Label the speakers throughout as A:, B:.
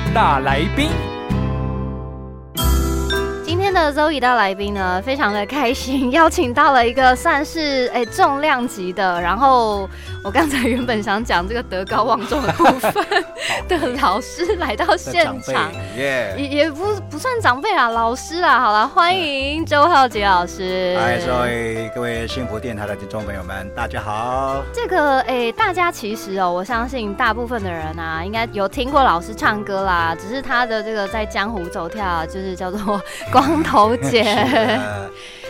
A: 大来宾，
B: 今天的 Zoe 大来宾呢，非常的开心，邀请到了一个算是哎、重量级的，然后我刚才原本想讲这个德高望重的部分的老师来到现场，
C: 耶！
B: 也也不不算长辈啦，老师啦，好啦，欢迎周浩杰老师。
C: 嗨，各位哎各位幸福电台的听众朋友们，大家好。
B: 这个诶、大家其实哦，我相信大部分的人啊，应该有听过老师唱歌啦，只是他的这个在江湖走跳啊，就是叫做光头 姐。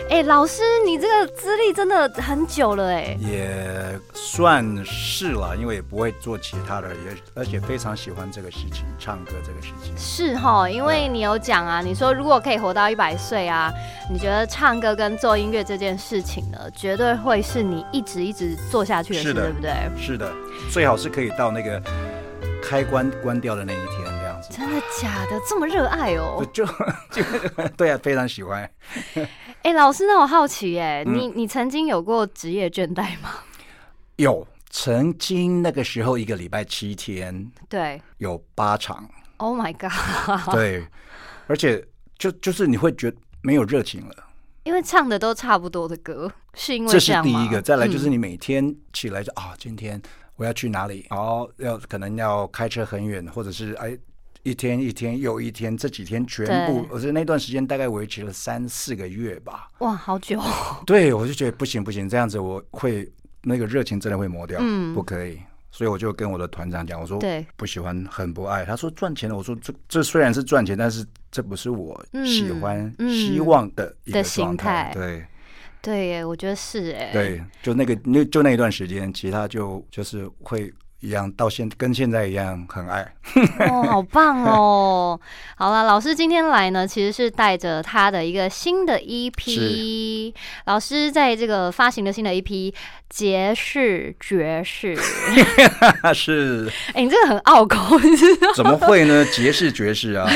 B: 哎、
C: 呃，
B: 老师，你这个资历真的很久了哎、
C: 也算是了，因为也不会做其他的，也而且非常喜欢这个事情，唱歌这个事情。
B: 是哈，因为你有讲啊，你说如果可以活到一百岁啊，你觉得唱歌跟做音乐这件事情呢，绝对会是你一直一直做下去的事，
C: 是的
B: 对不对？
C: 是的，最好是可以到那个开关关掉的那一天这样子。
B: 真的假的？这么热爱哦、
C: 就 就对啊，非常喜欢。
B: 哎、老师，那我好奇哎、
C: 嗯
B: 你你曾经有过职业倦怠吗？
C: 有曾经那个时候一个礼拜七天
B: 对
C: 有八场，
B: ，Oh my god，
C: 对，而且就就是你会觉得没有热情了，
B: 因为唱的都差不多的歌，是因为
C: 这是
B: 样
C: 第
B: 吗
C: 一个。再来就是
B: 嗯
C: 你每天起来就啊、今天我要去哪里？
B: 嗯
C: 然后要可能要开车很远，或者是哎。一天一天又一天，这几天全部
B: 对，
C: 我是那段时间大概维持了三四个月 吧。
B: 哇，好久哦，
C: 对，我就觉得不行不行，这样子我会那个热情真的会磨掉，
B: 嗯
C: 不可以。所以我就跟我的团长讲，我说
B: 对
C: 不喜欢，很不爱。他说赚钱了，我说这这虽然是赚钱，但是这不是我
B: 嗯
C: 喜欢、
B: 嗯
C: 希望的一个
B: 的心
C: 状态。
B: 态
C: 对
B: 对耶，我觉得是哎，，
C: 对，就那个那就那一段时间，其他就就是会一样，到现跟现在一样很爱。
B: 哦，好棒哦！好了，老师今天来呢，其实是带着他的一个新的 EP。老师在这个发行的新的 E EP《爵士爵士》，
C: 是
B: 哎、你这个很拗口，你知道吗
C: 怎么会呢？爵士爵士啊，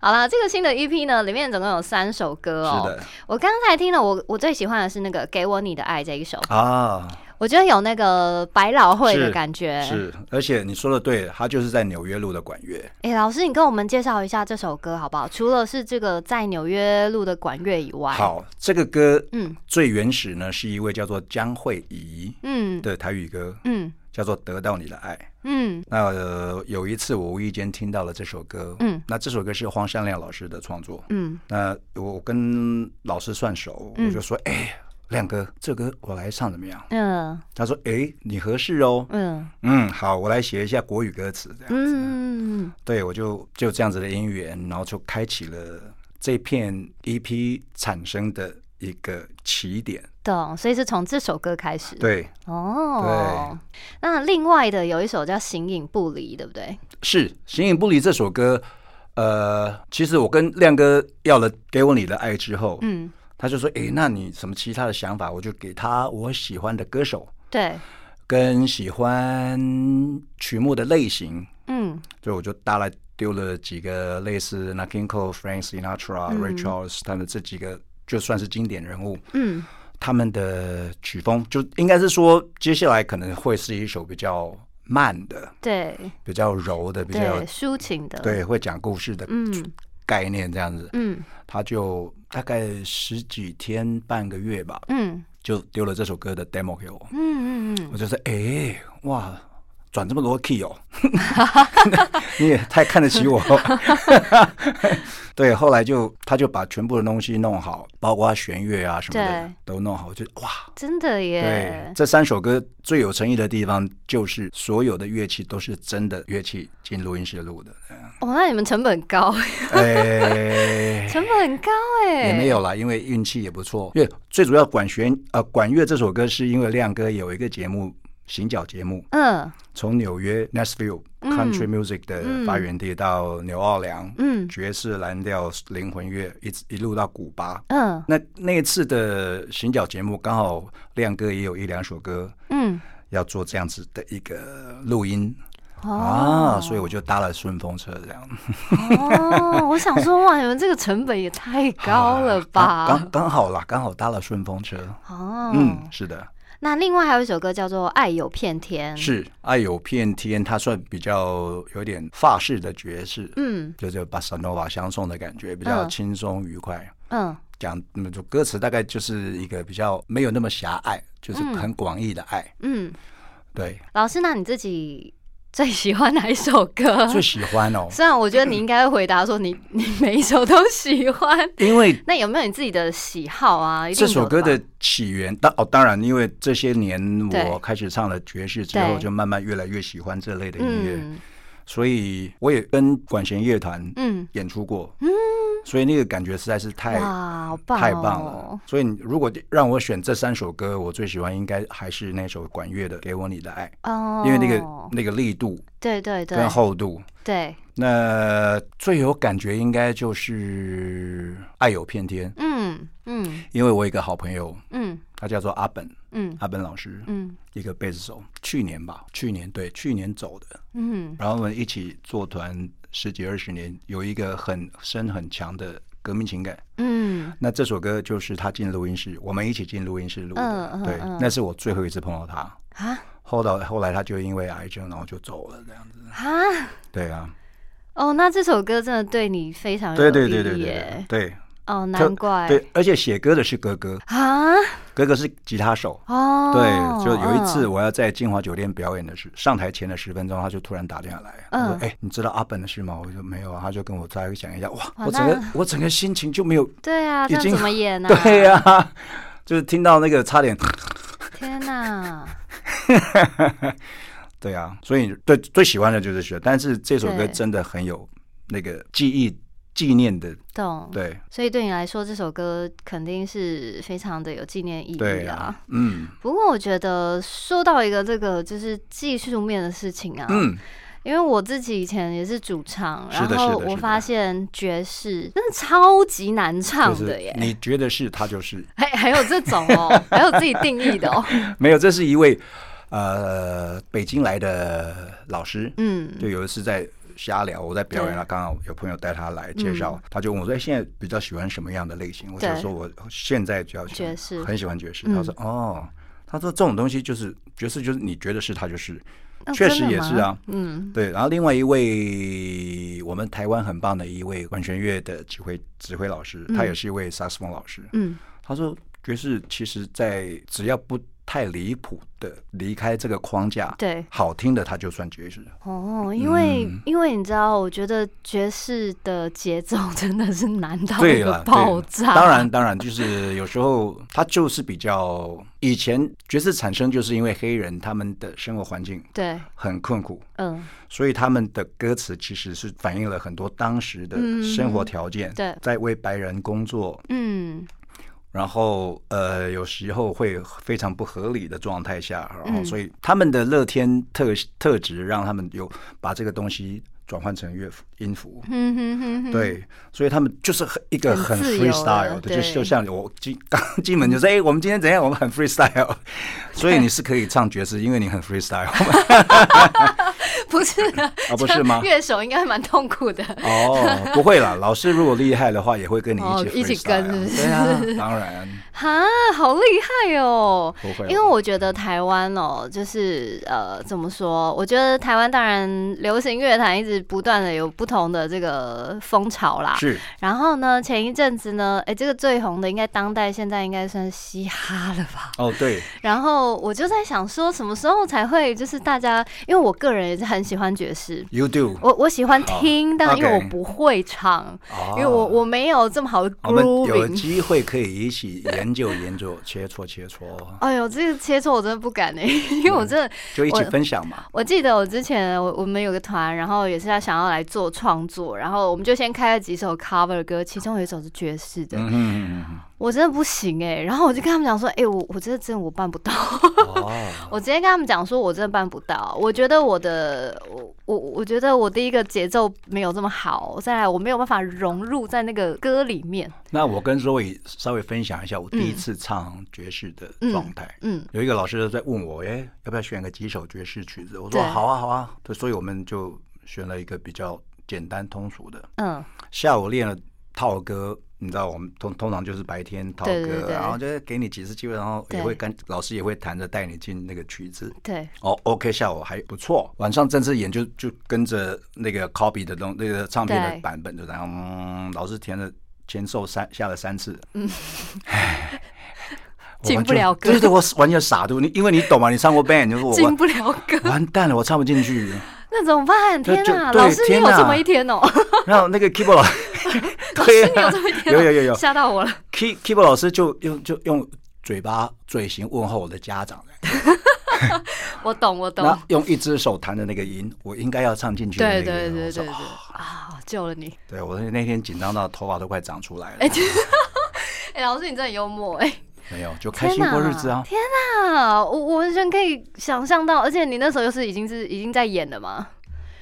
B: 好啦，这个新的 EP 呢，里面总共有三首歌 哦。
C: 是的
B: 我刚才听了，我我最喜欢的是那个《给我你的爱》这一首，
C: 啊，
B: 我觉得有那个百老汇的感觉。
C: 是。而且你说的对，他就是在纽约路的管乐。
B: 哎、老师，你跟我们介绍一下这首歌好不好？除了是这个在纽约录的管乐以外，，
C: 好，这个歌
B: 嗯
C: 最原始呢，是一位叫做江惠仪
B: 嗯
C: 的台语歌，
B: 嗯
C: 叫做《得到你的爱》。
B: 嗯
C: 那、呃、有一次我无意间听到了这首歌，
B: 嗯，
C: 那这首歌是黄山亮老师的创作。
B: 嗯，
C: 那我跟老师算熟，
B: 嗯
C: 我就说：“哎、亮哥，这歌我来唱怎么样
B: 嗯？”
C: 他说：“哎、你合适哦。
B: 嗯”
C: 嗯，好，我来写一下国语歌词，这样。
B: 嗯，
C: 对，我就就这样子的因缘，然后就开启了这片 EP 产生的一个起点。
B: 懂。所以是从这首歌开始。，
C: 对，
B: 哦，那另外的有一首叫《形影不离》，对不对？
C: 是《形影不离》这首歌，呃，其实我跟亮哥要了《给我你的爱》之后，
B: 嗯，
C: 他就说：“诶，那你什么其他的想法？”我就给他我喜欢的歌手
B: 对，
C: 跟喜欢曲目的类型，
B: 嗯
C: 所以我就大概丢了几个类似 n a k i n c o Frank Sinatra、
B: 嗯
C: Ray Charles 他们这几个就算是经典人物，
B: 嗯
C: 他们的曲风就应该是说，接下来可能会是一首比较慢的、
B: 对
C: 比较柔的、比较
B: 对，抒情的，，
C: 对会讲故事的
B: 嗯
C: 概念这样子，
B: 嗯
C: 他就大概十几天半个月吧，
B: 嗯
C: 就丢了这首歌的 demo 给我，
B: 嗯嗯嗯，
C: 我就说，哎、哇，转这么多 key 哦， 你也太看得起 我。对，后来就他就把全部的东西弄好，包括弦乐啊什么的
B: 对
C: 都弄好，我就哇。
B: 真的
C: 对
B: 耶，。
C: 这三首歌最有诚意的地方，就是所有的乐器都是真的乐器进录音室录 的。
B: 哦，那你们成本 高，
C: 哎，
B: 成本很高哎，
C: 也没有啦，因为运气也不错。因为最主要管弦呃管乐这首歌，是因为亮哥有一个节目行脚节目，
B: 嗯
C: 从纽约 Nashville
B: 嗯
C: Country Music 的
B: 嗯
C: 发源地到纽奥良，
B: 嗯
C: 爵士蓝调灵魂乐一直一路到古巴。
B: 嗯
C: 那那一次的行脚节目，刚好亮哥也有一两首歌
B: 嗯，
C: 要做这样子的一个录音、
B: 哦
C: 啊，所以我就搭了顺风车这样。啊
B: 哦，我想说哇，你们这个成本也太高了吧
C: 刚？刚 好啦，刚好搭了顺风车。
B: 哦，
C: 嗯，是的，
B: 那另外还有一首歌叫做《爱有片天》，，
C: 是《爱有片天》，它算比较有点法式的爵士，
B: 嗯
C: 就是 b o s s nova 相送的感觉，比较轻松愉快。
B: 嗯
C: 讲那就歌词大概就是一个比较没有那么狭隘，就是很广义的爱。
B: 嗯。
C: 对，
B: 老师，那你自己最喜欢哪一首歌？
C: 最喜欢 哦，
B: 虽然我觉得你应该会回答说你 你每一首都喜欢，
C: 因为
B: 那有没嗯有你自己的喜好啊？一定
C: 这首
B: 有
C: 歌的
B: 吧
C: 起源，当哦，当然，因为这些年
B: 对
C: 我开始唱了爵士之后，
B: 对
C: 就慢慢越来越喜欢这类的音乐，
B: 嗯
C: 所以我也跟管弦乐团
B: 嗯，
C: 演出过，嗯，所以那个感觉实在是太
B: 哇，好棒、哦，
C: 太棒了。所以你如果让我选这三首歌，我最喜欢应该还是那首管乐的《给我你的爱》，
B: 哦，
C: 因为那个那个力度
B: 对对对
C: 跟厚度。
B: 对，
C: 那最有感觉应该就是《爱有片天》，
B: 嗯嗯
C: 因为我有一个好朋友，
B: 嗯
C: 他叫做阿本，
B: 嗯
C: 阿本老师，
B: 嗯
C: 一个贝斯手，去年吧，去年对，去年走的。
B: 嗯
C: 然后我们一起做团十几二十年，有一个很深很强的革命情感。
B: 嗯
C: 那这首歌就是他进录音室，我们一起进录音室录的。
B: 嗯嗯
C: 对
B: 嗯，
C: 那是我最后一次碰到他。
B: 啊
C: 后来后来他就因为癌症，然后就走了，这样子。
B: 啊
C: 对啊，
B: 哦，那这首歌真的对你非常有
C: 对对对
B: 意
C: 对
B: 义
C: 对
B: 耶
C: 对
B: 哦，
C: 特
B: 难怪
C: 对，而且写歌的是哥哥，
B: 啊
C: 哥哥是吉他手。
B: 哦，
C: 对，就有一次
B: 嗯
C: 我要在金华酒店表演的时，上台前的十分钟，他就突然打电话来，他说
B: 嗯：“
C: 哎，你知道阿本的事吗？”我说：“没有啊。”他就跟我大概讲一下，哇，
B: 哇
C: 我整个
B: 那
C: 我整个心情就没有，
B: 对啊，这
C: 已
B: 样
C: 经
B: 怎么演呢、
C: 对呀、就是听到那个差点，
B: 啊天哪，
C: 对啊，所以对最喜欢的就是学，但是这首歌
B: 对
C: 真的很有那个记忆纪念的，
B: 懂。
C: 对
B: 所以对你来说，这首歌肯定是非常的有纪念意
C: 对
B: 义啊。，
C: 嗯
B: 不过我觉得说到一个这个就是技术面的事情啊，
C: 嗯，
B: 因为我自己以前也是主唱，
C: 是的
B: 然后
C: 是的
B: 我
C: 是的
B: 发现爵士真的超级难
C: 就
B: 唱
C: 是
B: 的耶，
C: 你觉得是他就是
B: 还还有这种哦，还有自己定义的哦，
C: 没有，这是一位呃北京来的老师，
B: 嗯，
C: 就有一次在瞎聊，我在表演
B: 对嗯
C: 啊，刚好有朋友带他来介绍，他就问我说：“哎，现在比较喜欢什么样的类型？”我就
B: 对
C: 说：“我现在比较喜欢
B: 爵士
C: 很喜欢爵士。
B: 嗯
C: 他说：“哦，他说这种东西就是爵士，就是你觉得是他就是，
B: 哦
C: 确实
B: 真的
C: 也是啊
B: 吗。”嗯
C: 对，然后另外一位我们台湾很棒的一位管弦乐的指挥指挥老师，他也是一位萨克斯风老师。
B: 嗯，
C: 他说爵士其实在只要不太离谱的离开这个框架，
B: 对。
C: 好听的它就算爵士。
B: 哦，因为、
C: 嗯
B: 因为你知道，我觉得爵士的节奏 真的是难到一
C: 对
B: 个
C: 了，
B: 爆
C: 对
B: 炸。
C: 了当然，当然，就是有时候它就是比较以前爵士产生，就是因为黑人他们的生活环境
B: 对，
C: 很困苦，
B: 嗯，
C: 所以他们的歌词其实是反映了很多当时的
B: 嗯
C: 生活条件，
B: 对
C: 在为白人工作。
B: 嗯，
C: 然后，呃，有时候会非常不合理的状态下，然后
B: 嗯
C: 所以他们的乐天特特质让他们有把这个东西转换成乐符音符，
B: 哼哼哼哼，
C: 对，所以他们就是很一个
B: 嗯
C: 很
B: 很自由的
C: freestyle 的，就
B: 对
C: 就像我进刚进门就说，哎、我们今天怎样？我们很 freestyle，所以你是可以唱爵士，因为你很 freestyle
B: 不是啊，？
C: 啊，不是吗
B: 乐手应该蛮痛苦的。
C: 哦，不会啦，老师如果厉害的话，也会跟你
B: 哦
C: 一起
B: 一起
C: freestyle
B: 跟是不是
C: 对啊，当然
B: 哈，好厉害哦！
C: 不会啦，
B: 因为我觉得台湾哦，就是呃，怎么说？我觉得台湾当然流行乐坛一直不断的有不同的这个风潮啦。
C: 是
B: 然后呢，前一阵子呢，哎，这个最红的应该当代现在应该算嘻哈了吧？
C: 哦，对，
B: 然后我就在想说，什么时候才会就是大家，因为我个人也是很喜欢爵士，
C: You do，
B: 我我喜欢听，但
C: OK
B: 因为我不会唱，
C: 哦
B: 因为我我没有这么好的
C: 我们有
B: grooving。
C: 机会可以一起研究研究，切磋切磋，
B: 哎呦，这个切磋我真的不敢哎、 因为我真的，
C: 就一起
B: 我
C: 分享嘛。
B: 我记得我之前我我们有个团，然后也是要想要来做创作，然后我们就先开了几首 cover 歌，其中有一首是爵士的，
C: 嗯嗯嗯嗯
B: 我真的不行哎、然后我就跟他们讲说，哎、我我真的真的我办不到，
C: 哦，
B: 我直接跟他们讲说，我真的办不到。我觉得我的我我我觉得我第一个节奏没有这么好，再来我没有办法融入在那个歌里面。
C: 那我跟周伟稍微分享一下我第一次唱爵士的状态。
B: 嗯，
C: 有一个老师在问我，哎，要不要选个几首爵士曲子？我说
B: 对
C: 好啊，好啊。对，所以我们就选了一个比较简单通俗的。
B: 嗯，
C: 下午练了套歌，你知道我们通通常就是白天套歌，啊
B: 对对对
C: 然后就是给你几次机会，然后也
B: 对
C: 会跟老师也会弹着带你进那个曲子。
B: 对，
C: 哦，OK，下午还不错。晚上正式演就就跟着那个 copy 的东那个唱片的
B: 对
C: 版本，就然后、嗯、老师填了前奏三下了三次， 嗯，
B: 进不了歌
C: 对对，我完全傻住。你因为你懂吗？你上过 band，你说我
B: 进
C: 完
B: 不了歌，
C: 完蛋了，我唱不进去。
B: 那怎么办？
C: 就
B: 天哪，
C: 对
B: 老师你
C: 天
B: 有
C: 哪
B: 这么一天哦、
C: 然后那个 keyboard 老师，
B: 老
C: 对
B: 师你有这么一
C: 啊
B: 天、
C: 有
B: 哦
C: 有 有有
B: 吓到我了。
C: key keyboard 老师就用就用嘴巴嘴型问候我的家长，
B: 我懂，我懂
C: 那。用一只手弹的那个音，我应该要唱进去的那
B: 对
C: 个
B: 对
C: 音
B: 对
C: 我说
B: 对对
C: 哦
B: 啊，救了你！
C: 对我那天紧张到头发都快长出来了。
B: 哎、其实哎、老师你真的很幽默哎、
C: 没有，就开心过日子啊。
B: 天哪，我我完全可以想象到，而且你那时候又是已经是已经在演了嘛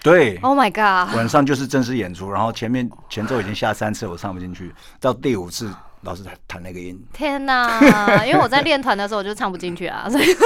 C: 对，
B: ？Oh my god！
C: 晚上就是正式演出，然后前面前奏已经下三次，我唱不进去，到第五次老师才弹那个音，
B: 天哪，因为我在练团的时候我就唱不进去啊，所以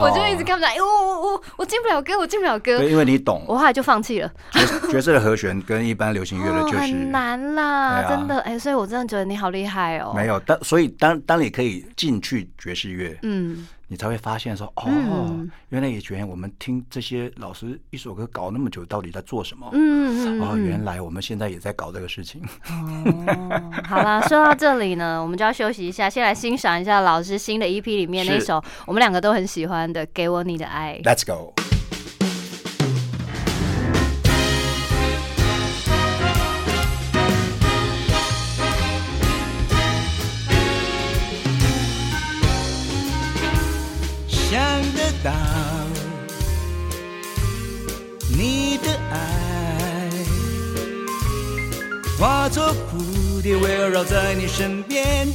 B: 我就一直
C: 哦。
B: 看不来，哎我我我我进不了歌，我进不了歌，
C: 对，因为你懂
B: 我后来就放弃了。
C: 爵爵士的和弦跟一般流行乐的
B: 哦，
C: 就是
B: 很难啦，
C: 对啊
B: 真的哎、所以我真的觉得你好厉害哦。
C: 没有，但所以当当你可以进去爵士乐，
B: 嗯，
C: 你才会发现说，哦
B: 嗯，
C: 原来以前我们听这些老师一首歌搞那么久，到底在做什么？
B: 嗯嗯嗯，
C: 哦，原来我们现在也在搞这个事 情。
B: 哦，好啦，说到这里呢，我们就要休息一下，先来欣赏一下老师新的 EP 里面那
C: 是
B: 首我们两个都很喜欢的《给我你的爱》。
C: Let's go。
A: 想得到你的爱，化作蝴蝶围绕在你身边，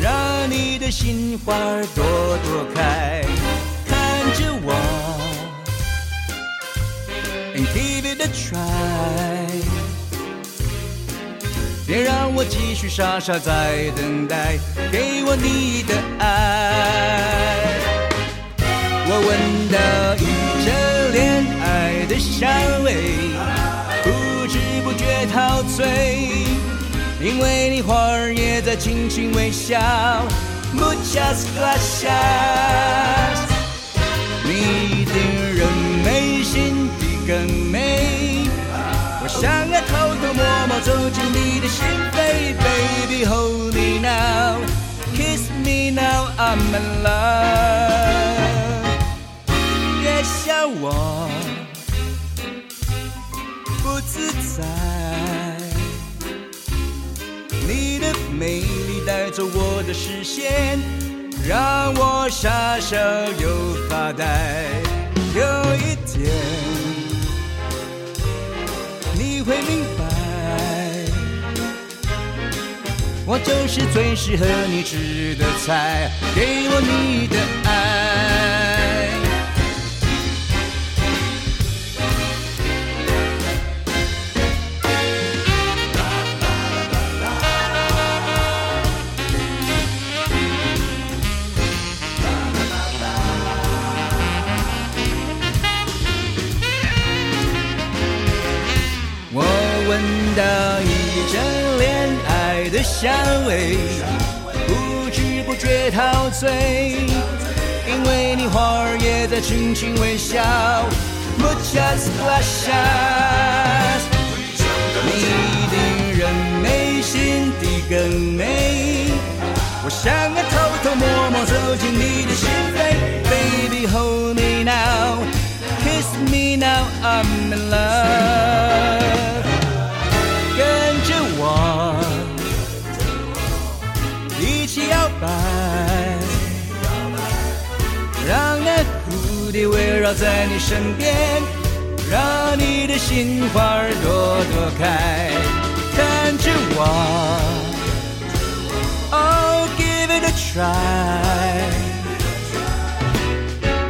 A: 让你的心花儿朵朵开。看着我，and give it a try，别让我继续傻傻在等待，给我你的爱。我闻到一阵恋爱的香味，不知不觉陶醉，因为你花儿也在轻轻微笑，Muchas gracias。你的人美，心地更美，我想要偷偷摸摸走进你的心扉，Baby hold me now，kiss me now，I'm in love。别笑我不自在，你的美丽带走我的视线，让我傻傻又发呆。有一天，你会明白。我就是最适合你吃的菜，给我你的爱。我闻到一阵恋爱的香味，不知不觉陶醉，因为你花儿也在轻轻微笑，Muchas gracias。你的人美，心地更美，我想要偷偷摸摸走进你的心扉，Baby hold me now，kiss me now，I'm in love。跟着我一起摇摆，让那蝴蝶围绕在你身边，让你的心花儿朵朵开。看着我，哦，帅。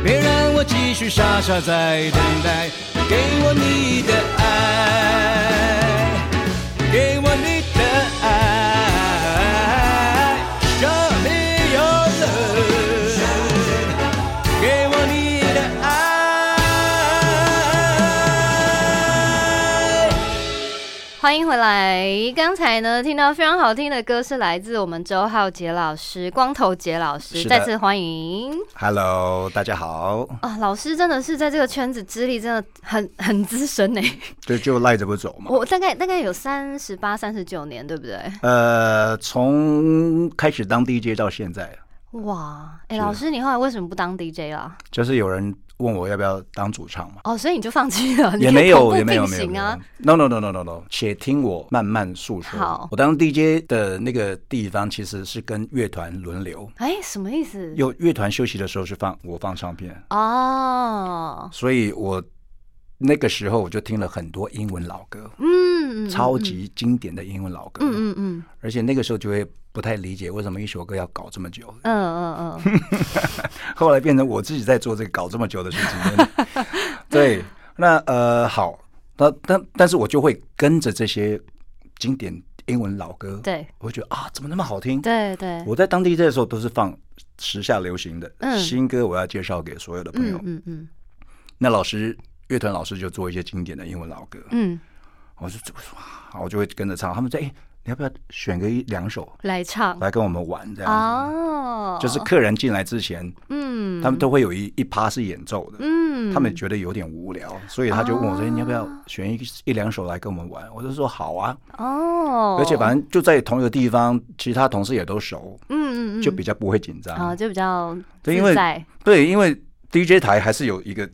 A: 别让我继续傻傻在等待，给我你的爱，给我你的爱，Show me your love，给我你的爱。
B: 欢迎回来。刚才呢，听到非常好听的歌，是来自我们周浩杰老师、光头杰老师，
C: 是的
B: 再次欢迎
C: Hello，大家好，
B: 啊！老师真的是在这个圈子资历真的很很资深呢、
C: 就就赖着不走嘛。
B: 我大概大概有三十八、三十九年，对不对？
C: 呃，从开始当 DJ 到现在，
B: 哇，哎、
C: 是
B: 老师，你后来为什么不当 DJ 啦？
C: 就是有人问我要不要当主唱嘛，
B: 哦，所以你就放弃了？
C: 也
B: 你可以
C: 没有，
B: 同步
C: 也没有，
B: 并
C: 没有，
B: 行
C: 没有
B: 啊。
C: No no no no no no，且听我慢慢诉说。
B: 好
C: 我当 DJ 的那个地方其实是跟乐团轮流，
B: 哎、什么意思？
C: 有乐团休息的时候是放我放唱片，
B: 哦，
C: 所以我那个时候我就听了很多英文老歌，
B: 嗯，嗯
C: 超，级经典的英文老歌，
B: 嗯嗯嗯
C: 而且那个时候就会不太理解为什么一首歌要搞这么久，
B: 嗯嗯嗯，
C: 后来变成我自己在做这个搞这么久的事情。 对，那呃好，那但但是我就会跟着这些经典英文老歌，
B: 对
C: 我会觉得啊，怎么那么好听？
B: 对对，
C: 我在当 DJ 的时候都是放时下流行的、
B: 嗯
C: 新歌，我要介绍给所有的朋友。
B: 嗯嗯嗯
C: 那老师乐团老师就做一些经典的英文老歌，
B: 嗯，
C: 我就我说哇，我就会跟着唱。他们说，哎、你要不要选个一两首
B: 来唱
C: 来跟我们玩这样子？
B: 嗯哦，
C: 就是客人进来之前，
B: 嗯，
C: 他们都会有一一趴是演奏的，
B: 嗯，哦
C: 他们觉得有点无聊，所以他就问我说：“你要不要选一一两首来跟我们玩？”我就说：“好啊。
B: 哦，
C: 而且反正就在同一个地方，其他同事也都熟，
B: 嗯嗯嗯，
C: 就比较不会紧
B: 啊
C: 张。
B: 就比较
C: 对因为
B: 自在
C: 对，因为 DJ 台还是有一个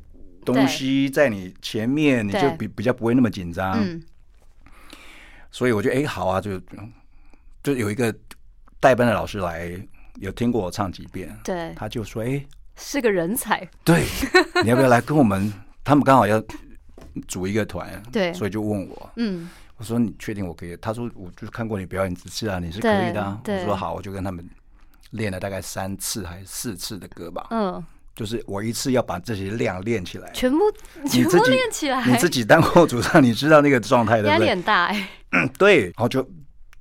C: 东西在你前面，你
B: 对
C: 就比比较不会那么紧张。
B: 嗯
C: 所以我就哎、好啊，就就有一个代班的老师来，有听过我唱几遍，
B: 对，
C: 他就说：“哎、
B: 是个人才，
C: 对，你要不要来跟我们？他们刚好要组一个团，
B: 对
C: 所以就问我。”
B: 嗯
C: 我说你确定我可以？他说我就看过你表演几次啊，你是可以的、啊。
B: 对
C: 我
B: 对
C: 说好，我就跟他们练了大概三次还是四次的歌吧，
B: 嗯，
C: 就是我一次要把这些量练起来。
B: 全部
C: 你
B: 全
C: 自
B: 部
C: 己
B: 练起来，
C: 你自己当后主唱，你知道那个状态对
B: 压
C: 不
B: 力
C: 对？
B: 很大哎，
C: 对，然后就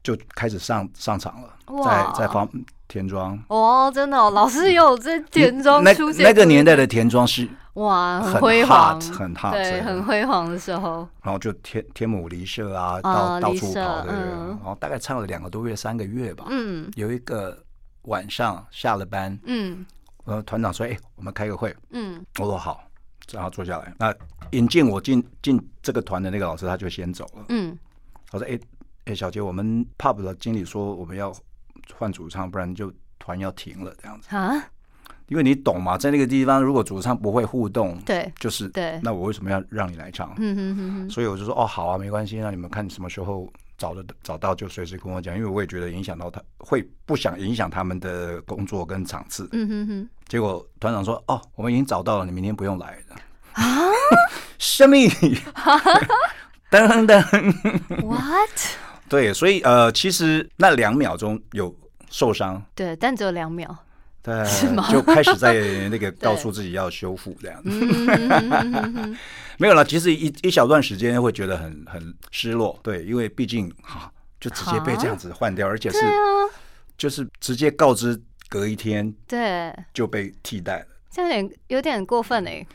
C: 就开始上上场了，
B: 哇
C: 在在方田庄。
B: 哦，真的哦，老师有在田中
C: 那
B: 出现
C: 那个年代的田庄是，
B: 哇，
C: 很
B: 辉煌，
C: hot，很 hot，
B: 对，
C: 对
B: 很辉煌的时候，
C: 然后就天天母离社啊，到、
B: 啊
C: 到
B: 离
C: 处
B: 社
C: 跑，对不对？
B: 嗯
C: 然后大概唱了两个多月、三个月吧。
B: 嗯
C: 有一个晚上下了班，
B: 嗯
C: 然后团长说：“哎、我们开个会。
B: 嗯，”
C: 我说：“好。”然后坐下来。那引进我进进这个团的那个老师，他就先走了。
B: 嗯
C: 他说：“哎、哎、小杰，我们 pub 的经理说我们要换主唱，不然就团要停了这样子。
B: 啊，
C: 因为你懂嘛，在那个地方，如果主唱不会互动，
B: 对，
C: 就是
B: 对
C: 那我为什么要让你来唱？
B: 嗯哼哼哼，
C: 所以我就说：哦，好啊，没关系，那你们看什么时候。”找的找到就随时跟我讲，因为我也觉得影响到他，会不想影响他们的工作跟场次。
B: 嗯哼哼，
C: 结果团长说：“哦，我们已经找到了，你明天不用来了。”啊？什么？噔噔，
B: What？
C: 对，所以呃，其实那两秒钟有受伤，
B: 对，但只有两秒。
C: 呃
B: 是吗，
C: 就开始在那个告诉自己要修复这样
B: 嗯
C: 子。没有了，其实一一小段时间会觉得很很失落，对，因为毕竟哈、啊就直接被这样子换掉，而且是、
B: 啊
C: 就是直接告知隔一天
B: 对，
C: 就被替代了。
B: 这样有点有点过分哎。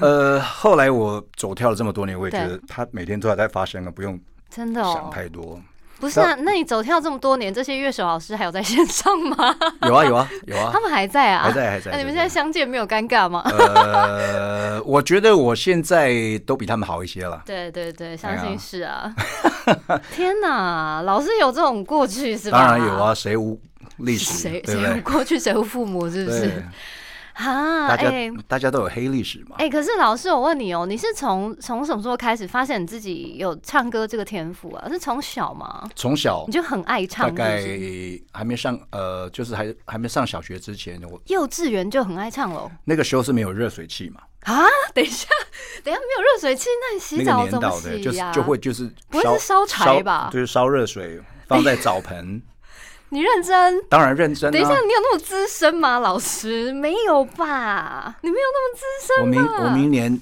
C: 呃，后来我走跳了这么多年，我也觉
B: 对
C: 得它每天都还在发生啊，不用
B: 真的
C: 想
B: 哦，
C: 太多。
B: 不是啊？那你走跳这么多年，这些乐手老师还有在线上吗？
C: 有啊，有啊，有 啊
B: 他。们还在啊，
C: 还在还在啊
B: 那你
C: 对
B: 们
C: 对
B: 现在相见没有尴尬吗？
C: 呃，我觉得我现在都比他们好一些了。
B: 对对对，
C: 哎
B: 相
C: 呀
B: 信是啊。
C: 哎
B: 天哪，老师有这种过去是吧？
C: 当然有啊，，谁无历史，
B: 谁
C: 对不
B: 谁有
C: 对？
B: 过去，谁有父母，是不
C: 对
B: 是？，啊，
C: 大家
B: 哎
C: 大家都有黑历史嘛。
B: 哎，可是老师，我问你哦，你是从从什么时候开始发现你自己有唱歌这个天赋啊？是从小吗？
C: 从小
B: 你就很爱唱
C: 大
B: 是不
C: 概
B: 是，
C: 还没上呃，就是还还没上小学之前，我
B: 幼稚园就很爱唱喽。
C: 那个时候是没有热水器嘛，
B: 啊，等一下，等一下，没有热水器，那你洗
C: 那个
B: 澡
C: 年
B: 怎么
C: 代的
B: 洗
C: 就是
B: 呀、
C: 就会就是
B: 不会是烧柴吧
C: 就是烧热水放在澡盆。
B: 你认真。
C: 当然认真、啊。
B: 等一下，你有那么资深吗？老师没有吧？你没有那么资深。
C: 我明我明年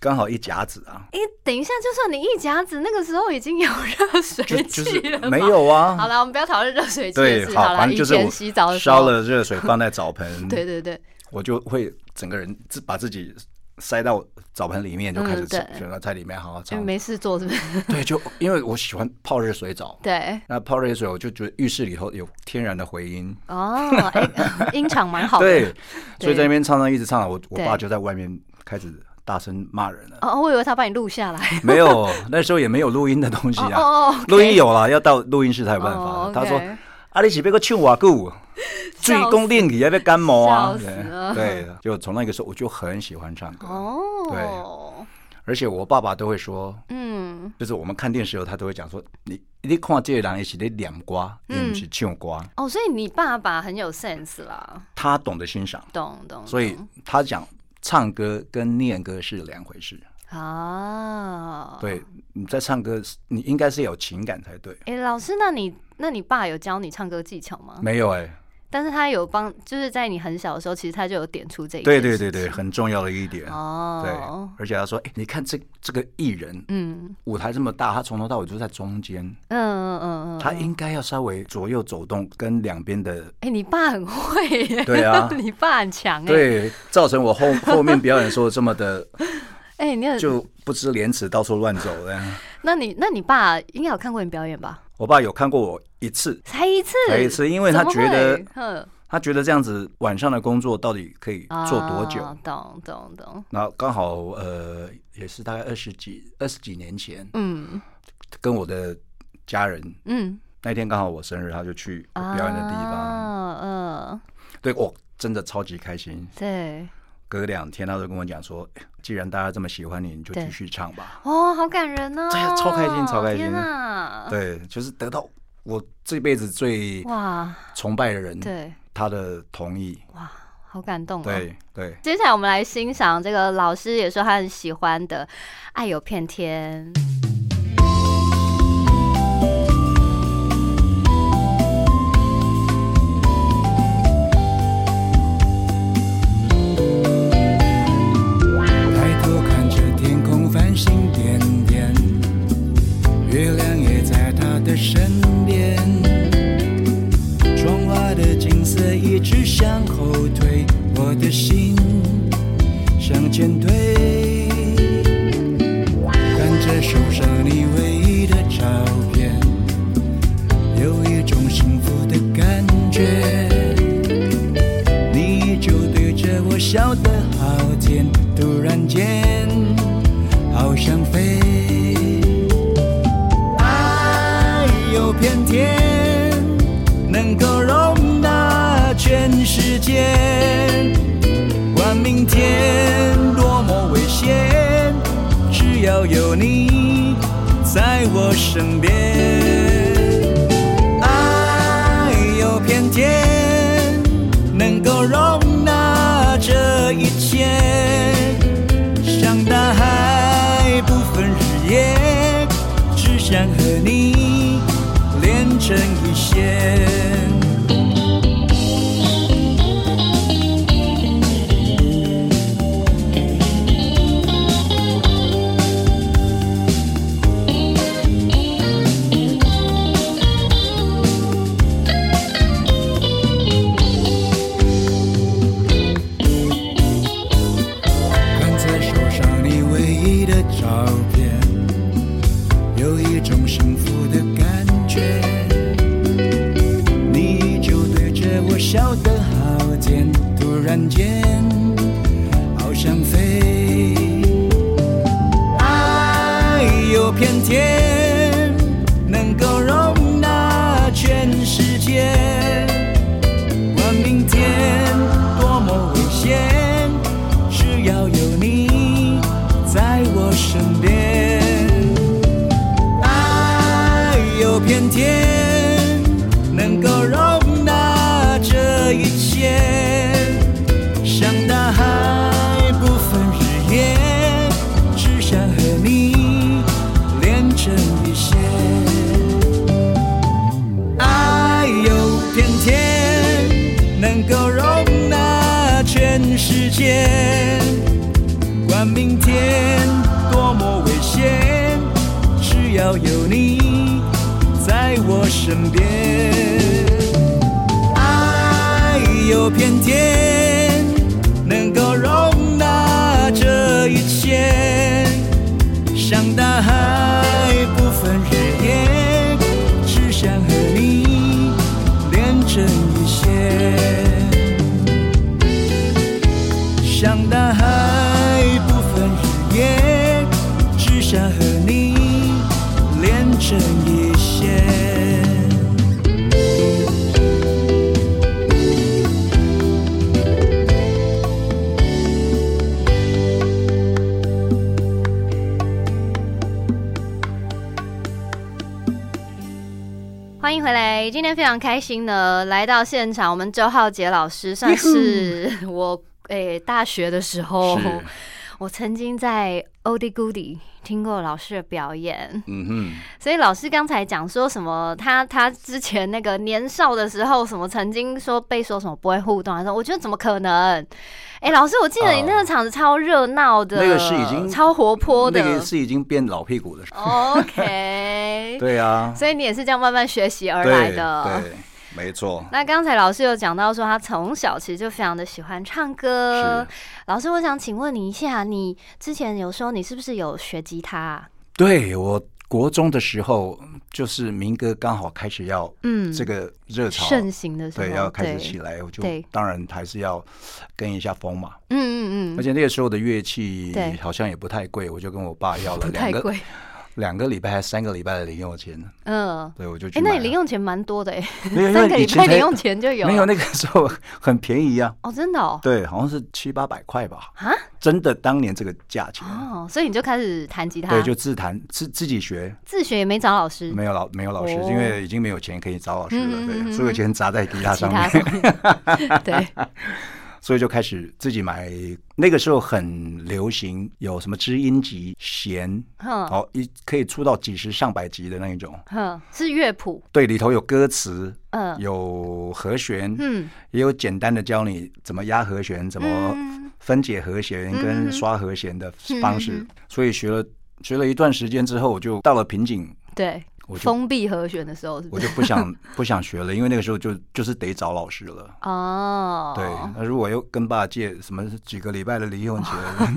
C: 刚好一甲子啊，
B: 哎、等一下，就算你一甲子，那个时候已经有热水
C: 就就
B: 器
C: 是
B: 了吧
C: 没。有啊。
B: 好了，我们不要讨论热水器的
C: 对，
B: 事。
C: 好，
B: 了，
C: 反正
B: 以
C: 就是
B: 前洗澡
C: 我
B: 的时候
C: 烧。了热水放在澡盆，
B: 对对对，
C: 我就会整个人自把自己塞到澡盆里面，就开始
B: 嗯对
C: 选到在里面好好
B: 就
C: 唱。
B: 没事做是不是？
C: 对，就因为我喜欢泡热水澡，
B: 对。
C: 那泡热水我就觉得浴室里头有天然的回音，
B: 哦，哎、音场蛮好的。
C: 对， 所以
B: 对
C: 在那边唱唱一直唱，我我
B: 对
C: 爸就在外面开始大声骂人了。
B: 哦，我以为他把你录下来。
C: 没有，那时候也没有录音的东西
B: 哦
C: 啊，
B: 哦，哦
C: 录音有了，要到录音室才有办
B: 哦
C: 法。
B: ，OK
C: 他说：“啊，你是被个唱我 久，最公令你要被感冒啊
B: 笑死了！”
C: 对，就从那个时候我就很喜欢唱歌，
B: 哦，
C: 而且我爸爸都会说，
B: 嗯，
C: 就是我们看电视的时候，他都会讲说：“你你看这个人一起在念歌，
B: 嗯
C: 你不是唱歌。
B: 哦，所以你爸爸很有 sense 啦，
C: 他懂得欣赏，
B: 懂懂。
C: 所以
B: 哦懂
C: 他讲唱歌跟念歌是两回事。
B: 啊，。
C: 对，你在唱歌，你应该是有情感才对。
B: 哎、老师，那你那你爸有教你唱歌技巧吗？
C: 没有哎、
B: 但是他有帮，就是在你很小的时候，其实他就有点出这一
C: 对
B: 件
C: 对
B: 事
C: 对对，
B: 情。
C: 很重要的一点。
B: 哦，
C: 对，而且他说：“哎、你看这这个艺人，
B: 嗯
C: 舞台这么大，他从头到尾就在中间，
B: 嗯嗯嗯嗯，
C: 他应该要稍微左右走动，跟两边的
B: 哎、你爸很会耶，
C: 对啊
B: 你爸很强哎，，
C: 对，造成我 后后面表演说的这么的
B: 哎、你很
C: 就不知廉耻，到处乱走的。
B: 那你那你爸应该有看过你表演吧？
C: 我爸有看过我一次，
B: 才一次，
C: 才一次因为他
B: 怎么
C: 觉得
B: 会哼
C: 他觉得这样子晚上的工作到底可以 做多久？
B: 啊懂懂懂，
C: 然后刚好呃，也是大概二十几二十几年前，
B: 嗯
C: 跟我的家人
B: 嗯，
C: 那天刚好我生日，他就去我表演的地方，
B: 啊嗯，
C: 对我真的超级开心。
B: 对，
C: 隔两天他就跟我讲说，哎既然大家这么喜欢你，你就
B: 对
C: 继续唱吧。
B: 哦，好感人哦，
C: 对啊超开心超开心
B: 天啊，
C: 对，就是得到我这辈子最
B: 哇，
C: 崇拜的人，
B: 对，
C: 他的同意。
B: 哇，好感动、哦，
C: 对对，
B: 接下来我们来欣赏这个老师也说他很喜欢的《爱有片天》。
A: 抬头看着天空，繁星点点，月亮也在他的身边。窗外的景色一直向后退，我的心向前推。看着手上你唯一的照片，有一种幸福的感觉。你就对着我笑得好甜，突然间好想飞。爱有片天，能够容纳全世界。管明天多么危险，只要有你在我身边。爱有片天，能够容纳这一切，像大海不分日夜，只想和你连成一线。看在手上你唯一的照片，有一种幸福的感觉。你就对着我笑得好甜，突然间好想飞。爱有片天，能够容纳全世界。管明天多么危险，只要有你在我身边。爱有片天，能够容纳这一切，像大海不分日要有你在我身边。爱有偏见，能够容纳这一切，像大海不分日夜，只想和你连成一线。像大海不分日夜，只想和你连成一线。
B: 欢迎回来，今天非常开心呢，来到现场，我们周浩杰老师算是我诶、大学的时候
C: 是，
B: 我曾经在 o d Goody 听过老师的表演，
C: 嗯哼，
B: 所以老师刚才讲说什么，他他之前那个年少的时候，什么曾经说被说什么不会互动，他啊说我觉得怎么可能？哎、老师，我记得你那个场子超热闹的、
C: 哦那个是已经
B: 超活泼的、
C: 那个是已经变老屁股的事。
B: o k
C: 对啊，
B: 所以你也是这样慢慢学习而
C: 对
B: 来的。
C: 对，没错。
B: 那刚才老师有讲到说，他从小其实就非常的喜欢唱歌。老师，我想请问你一下，你之前有说你是不是有学吉他啊？
C: 对我国中的时候，就是民歌刚好开始要
B: 嗯
C: 这个热潮，
B: 盛行的时候，
C: 对，要开始起。来，我就
B: 对
C: 当然还是要跟一下风嘛。
B: 嗯嗯
C: 而
B: 嗯，
C: 且那个时候的乐器
B: 对
C: 好像也不太贵，我就跟我爸要了
B: 不
C: 两
B: 太
C: 个
B: 贵。
C: 两个礼拜还是三个礼拜的零用钱，
B: 嗯，
C: 对，我就去
B: 哎，
C: 买
B: 那
C: 了。
B: 你零用钱蛮多的哎，
C: 没有因为
B: 三个
C: 以
B: 礼
C: 前
B: 拜
C: 才
B: 零用钱就有了。
C: 没有那个时候很便宜啊，
B: 哦，真的哦。
C: 对，好像是七八百块吧，
B: 啊
C: 真的当年这个价钱，
B: 哦，啊所以你就开始弹吉他，
C: 对，就自弹自自己学，
B: 自学也没找老师，
C: 没有老没有老师，
B: 哦
C: 因为已经没有钱可以找老师了，
B: 嗯嗯嗯嗯
C: 对，所有钱砸在吉他
B: 吉
C: 上
B: 他
C: 面，
B: 上面 对，
C: 所以就开始自己买。那个时候很流行有什么知音集、弦，
B: 哼
C: 哦，一可以出到几十上百集的那一种，
B: 哼，是乐谱，
C: 对，里头有歌词，
B: 嗯
C: 有和弦，
B: 嗯，
C: 也有简单的教你怎么压和弦，怎么
B: 嗯
C: 分解和弦跟刷和弦的方式。
B: 嗯
C: 所以学了学了一段时间之后，我就到了瓶颈，
B: 对，
C: 我就
B: 封闭和弦的时候是不
C: 我
B: 是
C: 就？不想不想学了，因为那个时候就就是得找老师了。
B: 哦，
C: 对，那如果又跟爸借什么几个礼拜的零用钱，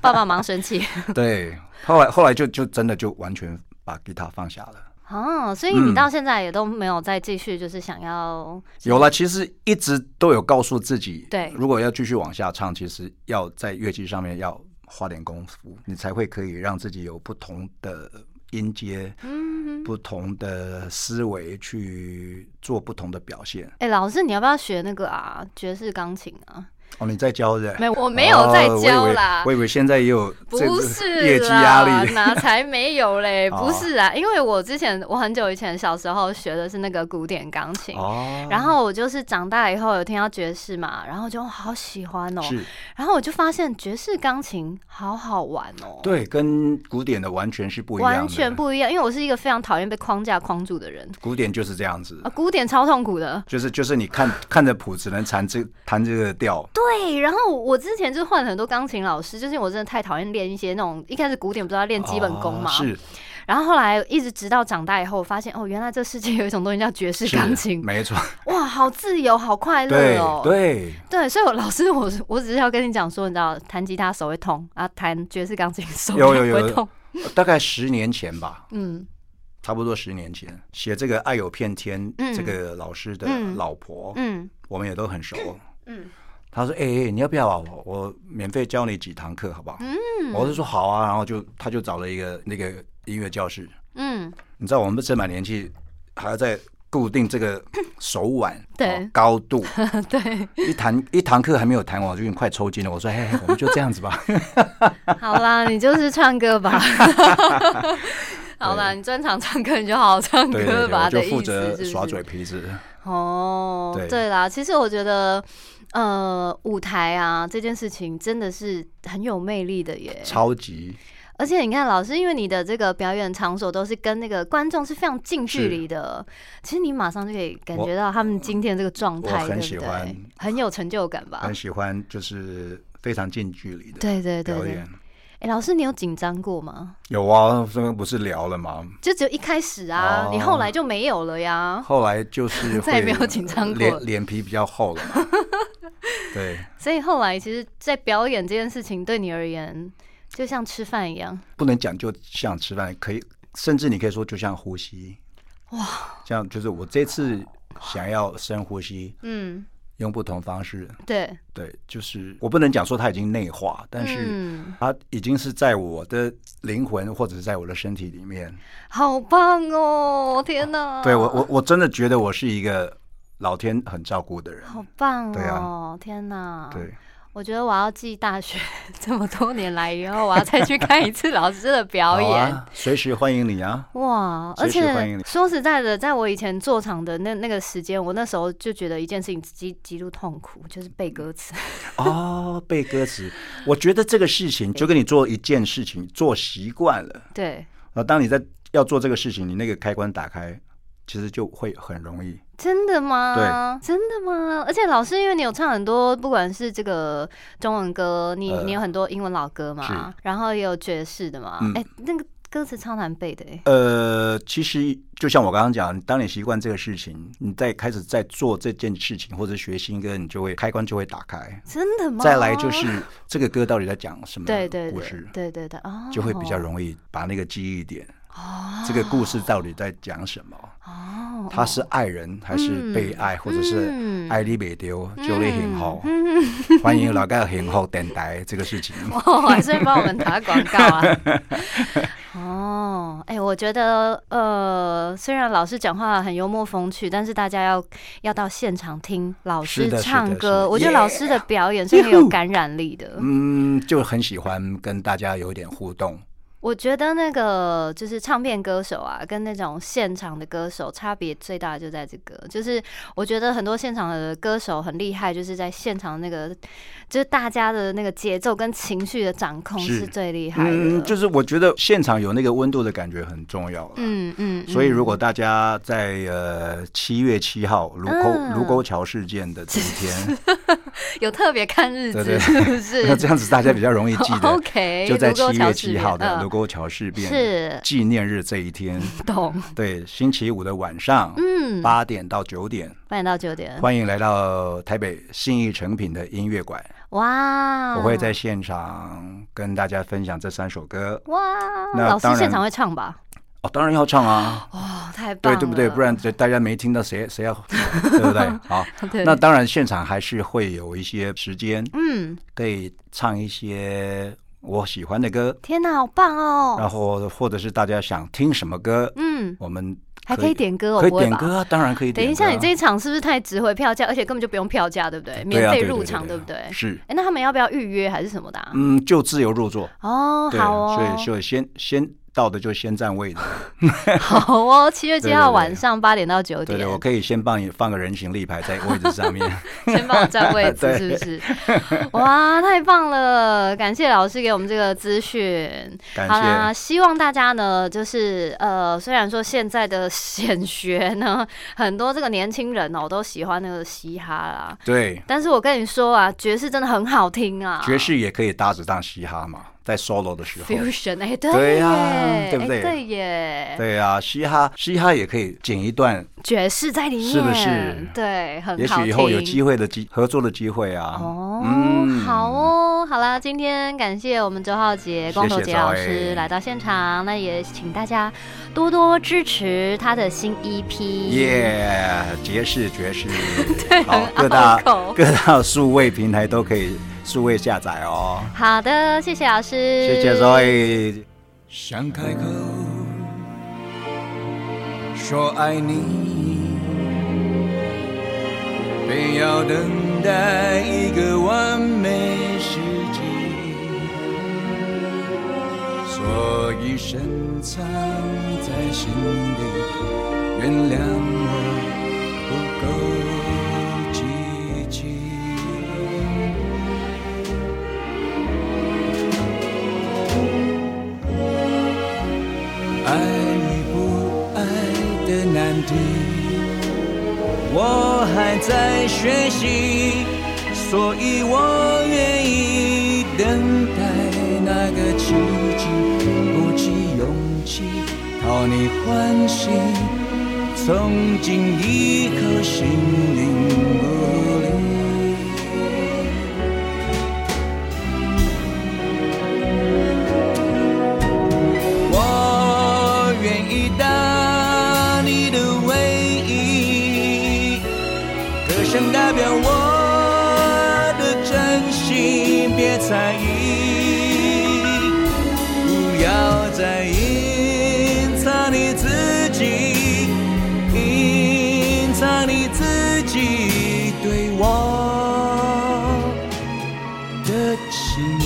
B: 爸爸忙生气
C: 对，后来后来就就真的就完全把吉他放下了。
B: 哦，所以你
C: 嗯
B: 到现在也都没有再继续，就是想要
C: 有了，其实一直都有告诉自己，
B: 对
C: 如果要继续往下唱，其实要在乐器上面要花点功夫，你才会可以让自己有不同的音阶，嗯，不同的思维去做不同的表现。
B: 哎、老师，你要不要学那个啊，爵士钢琴啊？
C: 哦，你在教是不是？
B: 没有，我没有在
C: 哦
B: 教啦。
C: 我以为我以为现在也有这
B: 不
C: 个
B: 是
C: 业绩
B: 啦
C: 压力
B: 哪才没 有嘞？
C: 哦
B: 不是啊，因为我之前我很久以前小时候学的是那个古典钢琴，
C: 哦，
B: 然后我就是长大以后有听到爵士嘛，然后就好喜欢哦，
C: 是
B: 然后我就发现爵士钢琴好好玩哦，
C: 对，跟古典的完全是不一样的，
B: 完全，不一样，因为我是一个非常讨厌被框架框住的人
C: 古典就是这样子
B: 啊，，古典超痛苦的。
C: 就是就是你看看着谱只能弹这弹这个调，
B: 对，然后我之前就换了很多钢琴老师，就是因为我真的太讨厌练一些那种一开始古典不是要练基本功嘛，
C: 哦是
B: 然后后来一直直到长大以后，我发现哦，原来这世界有一种东西叫爵士
C: 是
B: 钢琴，
C: 没错，
B: 哇，好自由，好快
C: 对
B: 乐哦。
C: 对，
B: 对所以我老师，我我只是要跟你讲说，你知道，弹吉他手会痛啊，弹爵士钢琴手
C: 有
B: 也
C: 有有
B: 不会痛。
C: 大概十年前吧，
B: 嗯
C: 差不多十年前写这个《爱有片天》
B: 嗯
C: 这个老师的
B: 嗯
C: 老婆，
B: 嗯
C: 我们也都很熟。
B: 嗯，
C: 他说：“哎、哎、你要不要啊？我我免费教你几堂课，好不好？”嗯，我就说好啊，然后就他就找了一个那个音乐教室。
B: 嗯，
C: 你知道我们这把年纪还要在固定这 个手腕
B: 对
C: 哦高度，
B: 对，
C: 一堂一堂课还没有弹完，我就已经快抽筋了。我说：“哎、嘿我们就这样子 吧。
B: 好啦，你就是唱 歌吧。好啦，
C: 对
B: 你专场唱歌，你就好好唱
C: 对”对
B: 歌
C: 对，
B: 吧
C: 我就
B: 的
C: 负
B: 意思
C: 责
B: 是不啊
C: 耍
B: 是
C: 嘴皮子。
B: 哦，
C: 对
B: 对啦，其实我觉得，呃，舞台啊这件事情真的是很有魅力的耶。
C: 超级
B: 而且你看，老师，因为你的这个表演场所都是跟那个观众是非常近距离的，其实你马上就可以感觉到他们今天这个状态，
C: 我
B: 对
C: 很
B: 不
C: 喜
B: 对
C: 欢？
B: 很有成就感吧
C: 很？喜欢，就是非常近距离的
B: 对对对
C: 表
B: 对
C: 演。。
B: 哎、哎老师，你有紧张过吗？
C: 有啊，这个不是聊了吗？
B: 就只有一开始啊，
C: 哦
B: 你后来就没有了呀。
C: 后来就是
B: 再也
C: 会
B: 没有紧张过了
C: 脸脸皮比较厚 了嘛。对，
B: 所以后来其实，在表演这件事情对你而言，就像吃饭一样。
C: 不能讲就像吃饭，可以甚至你可以说就像呼吸。哇，像就是我这次想要深呼吸，
B: 嗯，
C: 用不同方式，
B: 对，
C: 对，就是我不能讲说它已经内化，但是
B: 嗯，
C: 它已经是在我的灵魂或者是在我的身体里面。
B: 好棒哦！天哪，
C: 对我，我我真的觉得我是一个老天很照顾的人。
B: 好棒
C: 对啊
B: 哦！天哪，
C: 对，
B: 我觉得我要记大学 这么多年来以后，我要再去看一次老师的表
C: 好
B: 演。
C: 啊，随时欢迎你啊！
B: 哇！而
C: 随时欢迎
B: 且
C: 你
B: 说实在的，在我以前做场的那那个时间，我那时候就觉得一件事情极极度痛苦，就是背歌词。
C: 哦，背歌词，我觉得这个事情就跟你做一件事情做习惯了，
B: 对，
C: 然后当你在要做这个事情，你那个开关打开，其实就会很容易。
B: 真的吗？真的吗？而且老师，因为你有唱很多，不管是这个中文歌，你、
C: 呃
B: 你有很多英文老歌嘛，然后也有爵士的嘛。哎、
C: 嗯
B: 那个歌词超难背的哎、
C: 呃，其实就像我刚刚讲，当你习惯这个事情，你再开始在做这件事情或者学新歌，你就会开关就会打开。
B: 真的吗？
C: 再来就是这个歌到底在讲什么
B: 哦对对
C: 故
B: 对
C: 事，
B: 对对对哦，
C: 就会比较容易把那个记忆点，这个故事到底在讲什么？
B: 哦，
C: 他是爱人还是被爱，或者是
B: 嗯
C: 爱你没丢，就你很好。 欢迎老盖很好电台这个事 情。
B: 哦，还是帮我们打广告啊。 哦，哎、我觉得呃，虽然老师讲话很幽默风趣，但是大家要要到现场听老师
C: 是的是的
B: 唱
C: 是
B: 歌，
C: 的
B: 我觉得
C: Yeah
B: 老师的表演是很有感染力的。
C: 嗯，就很喜欢跟大家有一点互动。
B: 我觉得那个就是唱片歌手啊，跟那种现场的歌手差别最大就在这个，就是我觉得很多现场的歌手很厉害，就是在现场那个，就是大家的那个节奏跟情绪的掌控
C: 是
B: 是最厉害的。
C: 嗯，就是我觉得现场有那个温度的感觉很重要了。
B: 嗯嗯，
C: 所以，
B: 嗯
C: 如果大家在呃七月七号卢沟
B: 嗯
C: 卢沟桥事件的这一 天，
B: 有特别看日
C: 对
B: 子，
C: 对
B: 是不 是？
C: 那 这样子大家比较容易记得。
B: OK，
C: 就在
B: 哎卢沟
C: 七
B: 桥
C: 月
B: 事
C: 七
B: 变
C: 号的
B: 嗯
C: 卢沟桥事变
B: 是
C: 纪念日这一 天，
B: 嗯 懂，
C: 对，星期五的晚上，
B: 嗯，八
C: 八点到九点，
B: 点到九点，
C: 欢迎来到台北信义成品的音乐馆，
B: 哇，
C: 我会在现场跟大家分享这三首歌。
B: 哇，
C: 那
B: 老师
C: 当然
B: 现场会唱吧？
C: 哦，当然要唱啊，
B: 哦，太棒
C: 对
B: 了，
C: 对不对？不然这大家没听到谁 谁要，对不对？好，
B: 对
C: 那当然现场还是会有一些时间
B: 嗯，
C: 可以唱一些我喜欢的歌，
B: 天哪，好棒哦，
C: 然后或者是大家想听什么歌，
B: 嗯，
C: 我们
B: 还可以点歌哦，
C: 可以
B: 不会
C: 点
B: 吧
C: 歌啊，当然可以
B: 等
C: 点歌
B: 一
C: 啊。
B: 下，你这一场是不是太值回票价？而且根本就不用票价，对不对？
C: 对
B: 免
C: 啊
B: 费
C: 对
B: 入
C: 对
B: 场，对
C: 对
B: 不对？
C: 是，
B: 哎，那他们要不要预约还是什么的啊？
C: 嗯，就自由入座。
B: 哦，
C: 对，
B: 好哦，
C: 所以所以先先到的就先占 位的。
B: 好哦，七月七
C: 对对
B: 号
C: 对
B: 晚上八点到九
C: 对对，我
B: 点，
C: 可以先帮你放个人形立牌在位置 上面。
B: 先帮我占位置，
C: 对
B: 是不是？哇，太棒了！感谢老师给我们这个资讯。
C: 感
B: 好啦，
C: 谢，
B: 希望大家呢，就是呃，虽然说现在的显学呢，很多这个年轻人哦都喜欢那个嘻哈啦，
C: 对，
B: 但是我跟你说啊，爵士真的很好听啊，
C: 爵士也可以搭着当嘻哈嘛，在 solo 的 时候。
B: fusion，哎、对
C: 对呀
B: 耶
C: 对不对
B: 哎对耶，
C: 对啊，嘻哈嘻哈也可以剪一段，
B: 爵士在里面，
C: 是不是
B: 对，很
C: 也
B: 好
C: 许以后有
B: 听
C: 机会的机合作的机会啊。
B: 哦，
C: 嗯
B: 好哦，好啦，今天感谢我们周浩杰、光头杰老师来到现场，
C: 嗯
B: 那也请大家多多支持他的新 E EP。
C: 耶，爵士爵 士，好
B: 很
C: 各大
B: 拗口
C: 各大数位平台都可以数位下载哦。
B: 好的，谢谢老师，
C: 谢谢 Zoe。
A: 想开口说爱你，便要等待一个完美时机，所以深藏在心底，原谅我不够积极。爱与不爱的难题，我还在学习，所以我愿意等待那个奇讨你欢喜，从今一刻心灵不离。我愿意当你的唯一，歌声代表我的真心，别猜疑，不要再隐藏你自己，隐藏你自己对我的情意。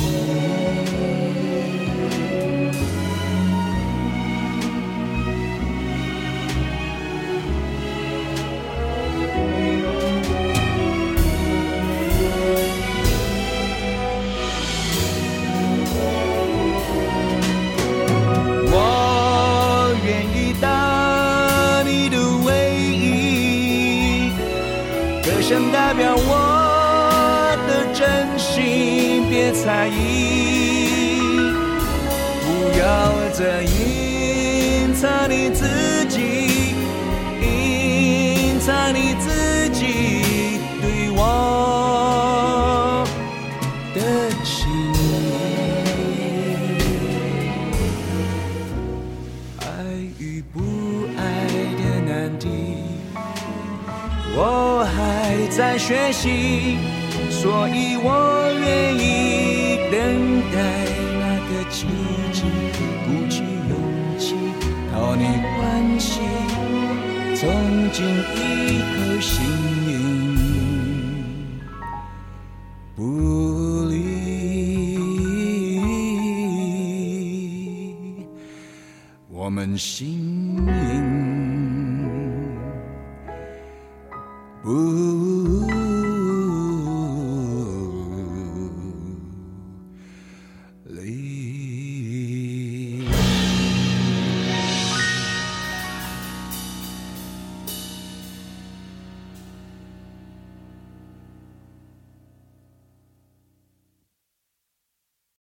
A: 我愿意当你的唯一，歌声代表我的真心，别猜疑，不要再隐藏你自己，隐藏你自己对我的情意。爱与不爱的难题，我还在学习，所以我愿意等待那个奇迹，鼓起勇气讨你欢喜，从今一刻心影不离。我们心灵不